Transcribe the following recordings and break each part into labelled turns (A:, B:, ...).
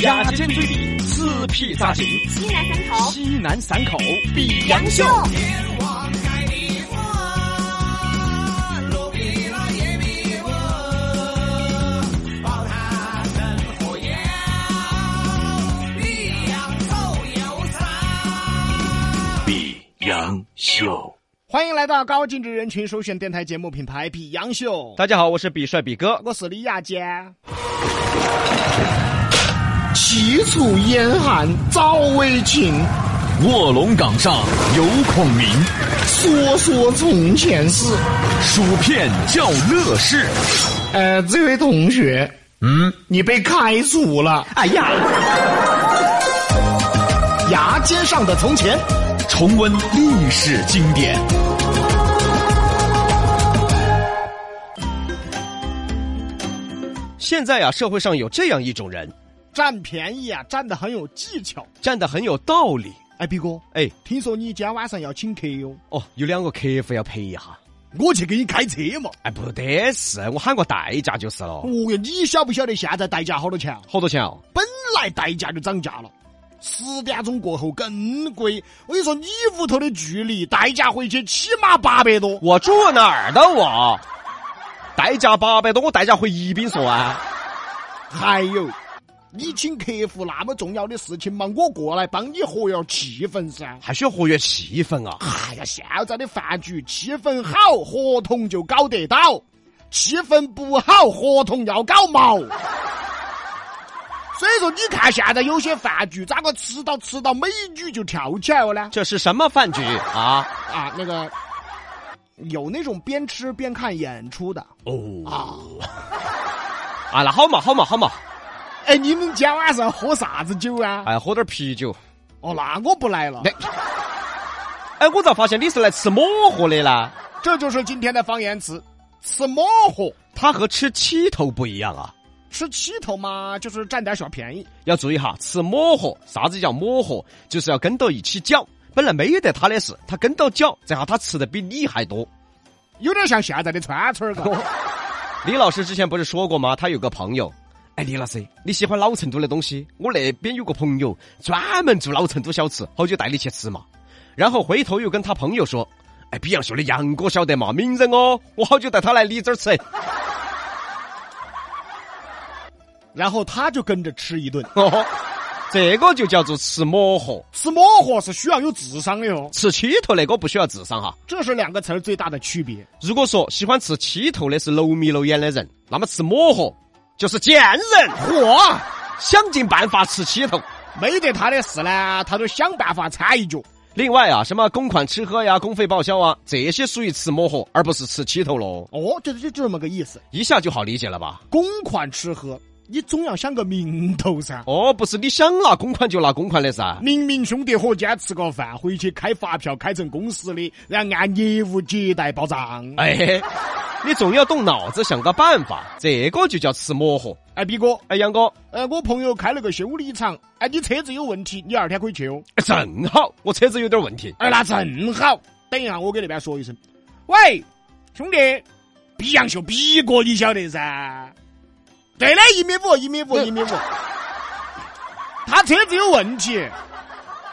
A: 压尖堆里，四屁扎紧，
B: 西南三口
A: 西南散口比
B: 杨
A: 杨秀。，
B: 秀
C: 天王盖地火，路比拉也比我，保他生活要，你要走又走。
D: 比杨秀。
E: 欢迎来到高净值人群首选电台节目品牌比杨秀，
A: 大家好，我是比帅比哥。
E: 我是李亚坚。齐楚燕韩早为秦，
D: 卧龙岗上有孔明，
E: 说说从前事。
D: 薯片叫乐事。
E: 呃，这位同学，
D: 嗯，
E: 你被开除了。哎呀，牙尖上的从前，
D: 重温历史经典。
A: 现在啊，社会上有这样一种人，
E: 占便宜啊，占的很有技巧。
A: 站得很有道理。
E: 哎，毕哥，
A: 哎，
E: 听说你今天晚上要请客哟，
A: 哦，有两个客户要陪一下。
E: 我去给你开车嘛。
A: 哎，不得事，我喊个代驾就是了。
E: 哦哟，你晓不晓得现在代驾好多钱啊？
A: 好多钱哦？
E: 本来代驾就涨价了，十点钟过后更贵。我跟你说，你屋头的距离代驾回去起码八百多。
A: 我住哪儿的我？代驾八百多，我代驾回宜宾说啊。
E: 还有，哎你请客户那么重要的事情嘛，我过来帮你活跃气氛噻。
A: 还需要活跃气氛啊！
E: 哎呀，现在的饭局气氛好，合同就搞得到；气氛不好，合同要搞毛。所以说，你看现在有些饭局咋个吃到吃到美女就跳起来了呢？
A: 这是什么饭局啊？
E: 啊，那个有那种边吃边看演出的
A: 哦，
E: 啊。
A: 啊，那好嘛，好嘛，好嘛，
E: 哎，你们今天晚上喝啥子酒啊？
A: 哎，喝点啤酒。
E: 哦，那我不来了
A: 那。哎，我咋发现你是来吃抹喝的呢？
E: 这就是今天的方言词，吃抹喝，
A: 它和吃起头不一样啊，
E: 吃七头嘛，就是占点小便宜。
A: 要注意哈，吃抹喝，啥子叫抹喝？就是要跟到一起搅。本来没得他的事，他跟到搅，然后他吃的比你还多。
E: 有点像现在的串串儿嘎，
A: 李老师之前不是说过吗？他有个朋友，哎，李老师，你喜欢老成都的东西？我那边有个朋友专门做老成都小吃，好久带你去吃嘛。然后回头又跟他朋友说，哎，比洋秀的杨哥晓得嘛，名人哦，我好久带他来你这儿吃。
E: 然后他就跟着吃一顿。
A: 哦，这个就叫做吃抹合，
E: 吃抹喝是需要有智商的哟，
A: 吃起头那个不需要智商哈。
E: 这是两个词儿最大的区别。
A: 如果说喜欢吃起头的是楼迷楼眼的人，那么吃抹合就是贱人，
E: 嚯，
A: 想尽办法吃起头。
E: 没得他的事呢，他就想办法掺一脚。
A: 另外啊，什么公款吃喝呀、公费报销啊，这些属于吃抹合，而不是吃起头喽。
E: 哦，就就就这么个意思。
A: 一下就好理解了吧？
E: 公款吃喝，你总要想个名头噻。
A: 哦，不是你想拿公款就拿公款的噻。
E: 明明兄弟伙今天吃个饭，回去开发票开成公司的，然后按业务接待报账。哎，
A: 哎，你总要动脑子想个办法，这个就叫吃抹合。
E: 哎，毕哥，
A: 哎，杨哥，
E: 呃，我朋友开了个修理厂，哎，你车子有问题，你二天可以去哦。
A: 正好我车子有点问题。
E: 哎，那正好，等一下我给那边说一声。喂，兄弟，比洋秀比哥你晓得噻？对的，一米五，一米五，一米五。他车子有问题，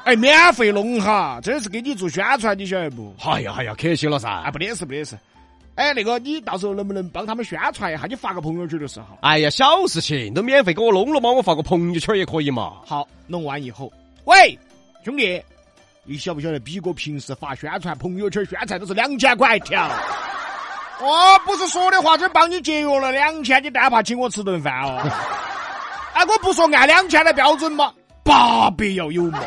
E: 哎，免费弄哈，这是给你做宣传，你晓得不？
A: 哎呀哎呀，客气了
E: 啊，
A: 噻。
E: 不得事，不得事。哎，那个，你到时候能不能帮他们宣传一下？你发个朋友圈就是哈。
A: 哎呀，小事情都免费给我弄了嘛，我发个朋友圈也可以嘛。
E: 好，弄完以后，喂，兄弟，你晓不晓得比哥平时发宣传朋友圈宣传都是两千块一条？哦，不是说的话，这帮你节约了两千，你哪怕请我吃顿饭 哦？哎，我不说按两千的标准嘛，八百要有嘛。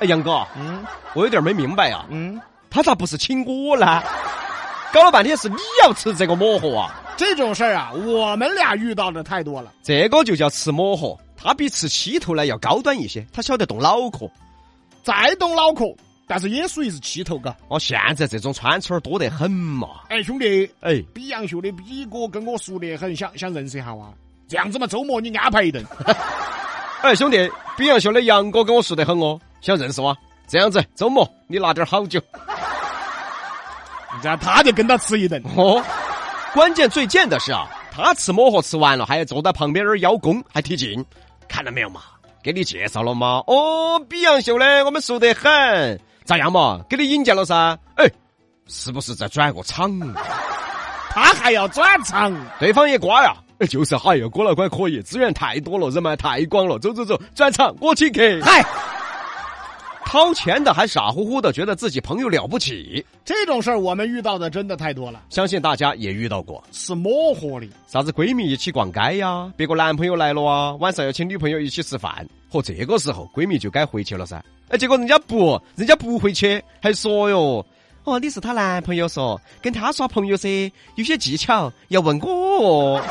A: 哎，杨哥，
E: 嗯
A: 我有点没明白呀、
E: 嗯，
A: 他咋不是请我呢？搞了半天是你要吃这个抹合啊，
E: 这种事儿啊，我们俩遇到的太多了。
A: 这个就叫吃抹合，他比吃起头呢要高端一些，他晓得动脑壳。
E: 再动脑壳，但是也属于是气头嘎。
A: 哦，现在这种川村儿多得很嘛。
E: 哎，兄弟，
A: 哎，
E: 比杨秀的比哥跟我熟得很，想想认识一下哇。这样子嘛，周末你安排一顿。
A: 哎，兄弟，比洋秀的杨哥跟我熟得很哦，想认识我？这样子，周末你拿点好酒。
E: 然后他就跟他吃一顿。
A: 哦，关键最贱的是啊，他吃抹盒吃完了，还要坐到旁边那儿邀功，还提劲。看到没有嘛？给你介绍了嘛？哦，比洋秀呢，我们熟得很。咋样嘛？给你引荐了噻？哎，是不是再转个场啊？
E: 他还要转场，
A: 对方也瓜呀、哎就是，哎呀，郭老倌可以，资源太多了，人脉太广了，走走走，转场，我请客。
E: 嗨，
A: 掏钱的还傻乎乎的，觉得自己朋友了不起，
E: 这种事儿我们遇到的真的太多了，
A: 相信大家也遇到过，
E: 是抹合的。
A: 啥子闺蜜一起逛街呀，别个男朋友来了啊，晚上要请女朋友一起吃饭，和这个时候闺蜜就该回去了噻，哎，结果人家不，人家不回去，还说哟。哦，你是她男朋友说，跟他耍朋友噻，有些技巧要问我哦。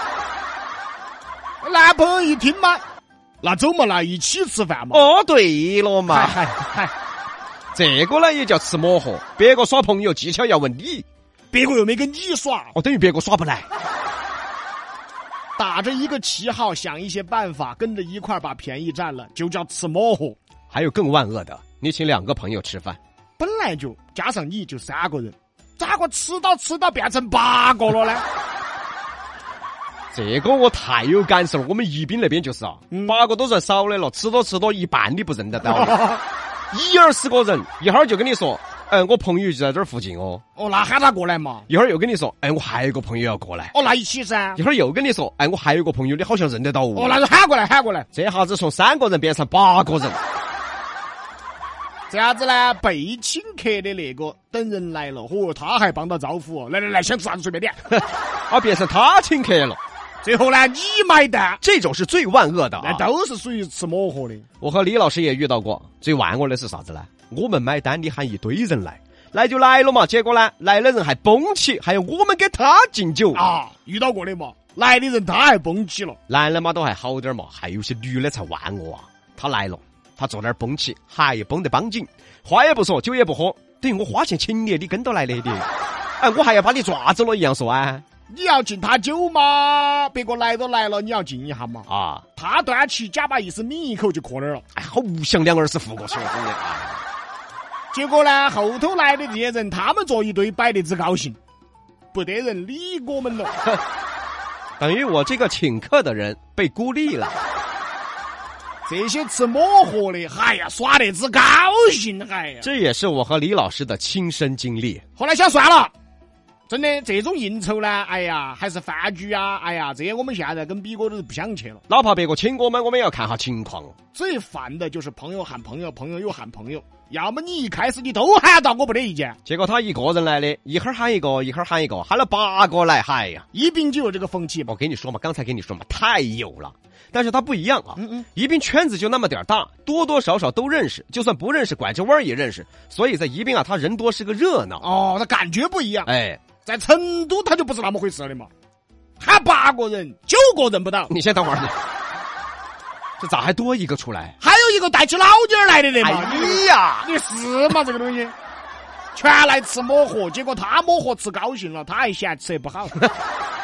E: 男朋友一听嘛，那走嘛，那一起吃饭嘛。
A: 哦，对了嘛
E: 嗨，嗨嗨，
A: 这个呢也叫吃磨合，别个耍朋友技巧要问你，
E: 别个又没跟你耍，
A: 哦，等于别个耍不来。
E: 打着一个旗号，想一些办法，跟着一块儿把便宜占了，就叫吃抹合。
A: 还有更万恶的，你请两个朋友吃饭，
E: 本来就加上你就三个人，咋个吃到吃到变成八个了呢？
A: 这个我太有感受了。我们宜宾那边就是啊，
E: 嗯
A: 八个都算少的了，吃多吃多，一半你不认得到 了，一二十个人，一会儿就跟你说，哎，我朋友就在这儿附近哦，
E: 哦，那喊他过来嘛。
A: 一会儿又跟你说，哎，我还有个朋友要过来，
E: 哦，那一起噻
A: 一。会儿又跟你说，哎，我还有个朋友，你好像认得到
E: 哦，
A: 我。
E: 那就喊过来，喊过来。
A: 这下子从三个人变成八个人，
E: 这样子呢，被请客的那个等人来了，嚯、他还帮到招呼哦。来来来，想吃啥子随便点。
A: 啊，变成他请客了，
E: 最后呢，你买单，
A: 这种是最万恶的、啊。
E: 那都是属于吃抹合的。
A: 我和李老师也遇到过，最万恶的是啥子呢？我们买单，你喊一堆人来，来就来了嘛。结果呢，来的人还崩起，还有我们给他敬酒啊。
E: 啊，遇到过的嘛，来的人他还崩起了，
A: 男的嘛都还好点儿嘛，还有些女的才万恶啊。他来了，他坐那儿崩起，还崩得绑紧，话也不说，酒也不喝，等于我花钱请你，你跟到来 的的。哎，我还要把你抓走了一样说啊
E: 你要敬他酒嘛，别个来都来了，你要敬一下嘛。
A: 啊！
E: 他端起假把意思抿一口就过那儿了，
A: 哎，好无想两耳屎扶过去了，真的。哎
E: 结果呢，后头来的这些人，他们坐一堆摆得之高兴，不得人理我们了。
A: 等于我这个请客的人被孤立了。
E: 这些吃抹合的，哎呀，耍得之高兴，哎呀。
A: 这也是我和李老师的亲身经历。
E: 后来想算了，真的这种应酬呢，哎呀，还是饭局啊，哎呀，这些我们现在跟比哥都是不想去了。
A: 哪怕别个请我们，我们也要看下情况。
E: 最烦的就是朋友喊朋友，朋友又喊朋友，要么你一开始你都喊到，我没得意见。
A: 结果他一个人来的，一会儿喊一个，一会儿喊一个，喊了八个来，嗨呀！
E: 宜宾就有这个风气吧？
A: 我跟你说嘛，刚才跟你说嘛，太有了。但是他不一样啊，
E: 嗯嗯，
A: 宜宾圈子就那么点儿大，多多少少都认识，就算不认识，拐着弯儿也认识。所以在宜宾啊，他人多是个热闹。
E: 哦，他感觉不一样。
A: 哎，
E: 在成都他就不是那么回事的嘛，喊八个人，九个人不到，
A: 你先等 会儿，你这咋还多一个出来？哎
E: 还有一个带起老妞儿来的的嘛。你
A: 呀，
E: 你是嘛这个东西？全来吃抹合，结果他抹合吃高兴了，他还嫌吃不 好。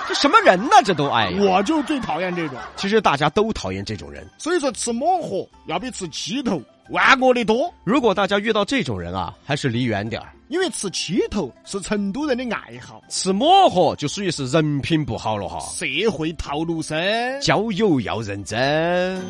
A: 这什么人呐？这都哎呀！
E: 我就最讨厌这种，
A: 其实大家都讨厌这种人。
E: 所以说吃抹合要比吃七头万恶的多，
A: 如果大家遇到这种人啊，还是离远点儿。
E: 因为吃七头是成都人的爱好，
A: 吃抹合就属于是人品不好了哈，
E: 社会套路深。
A: 交友要认真。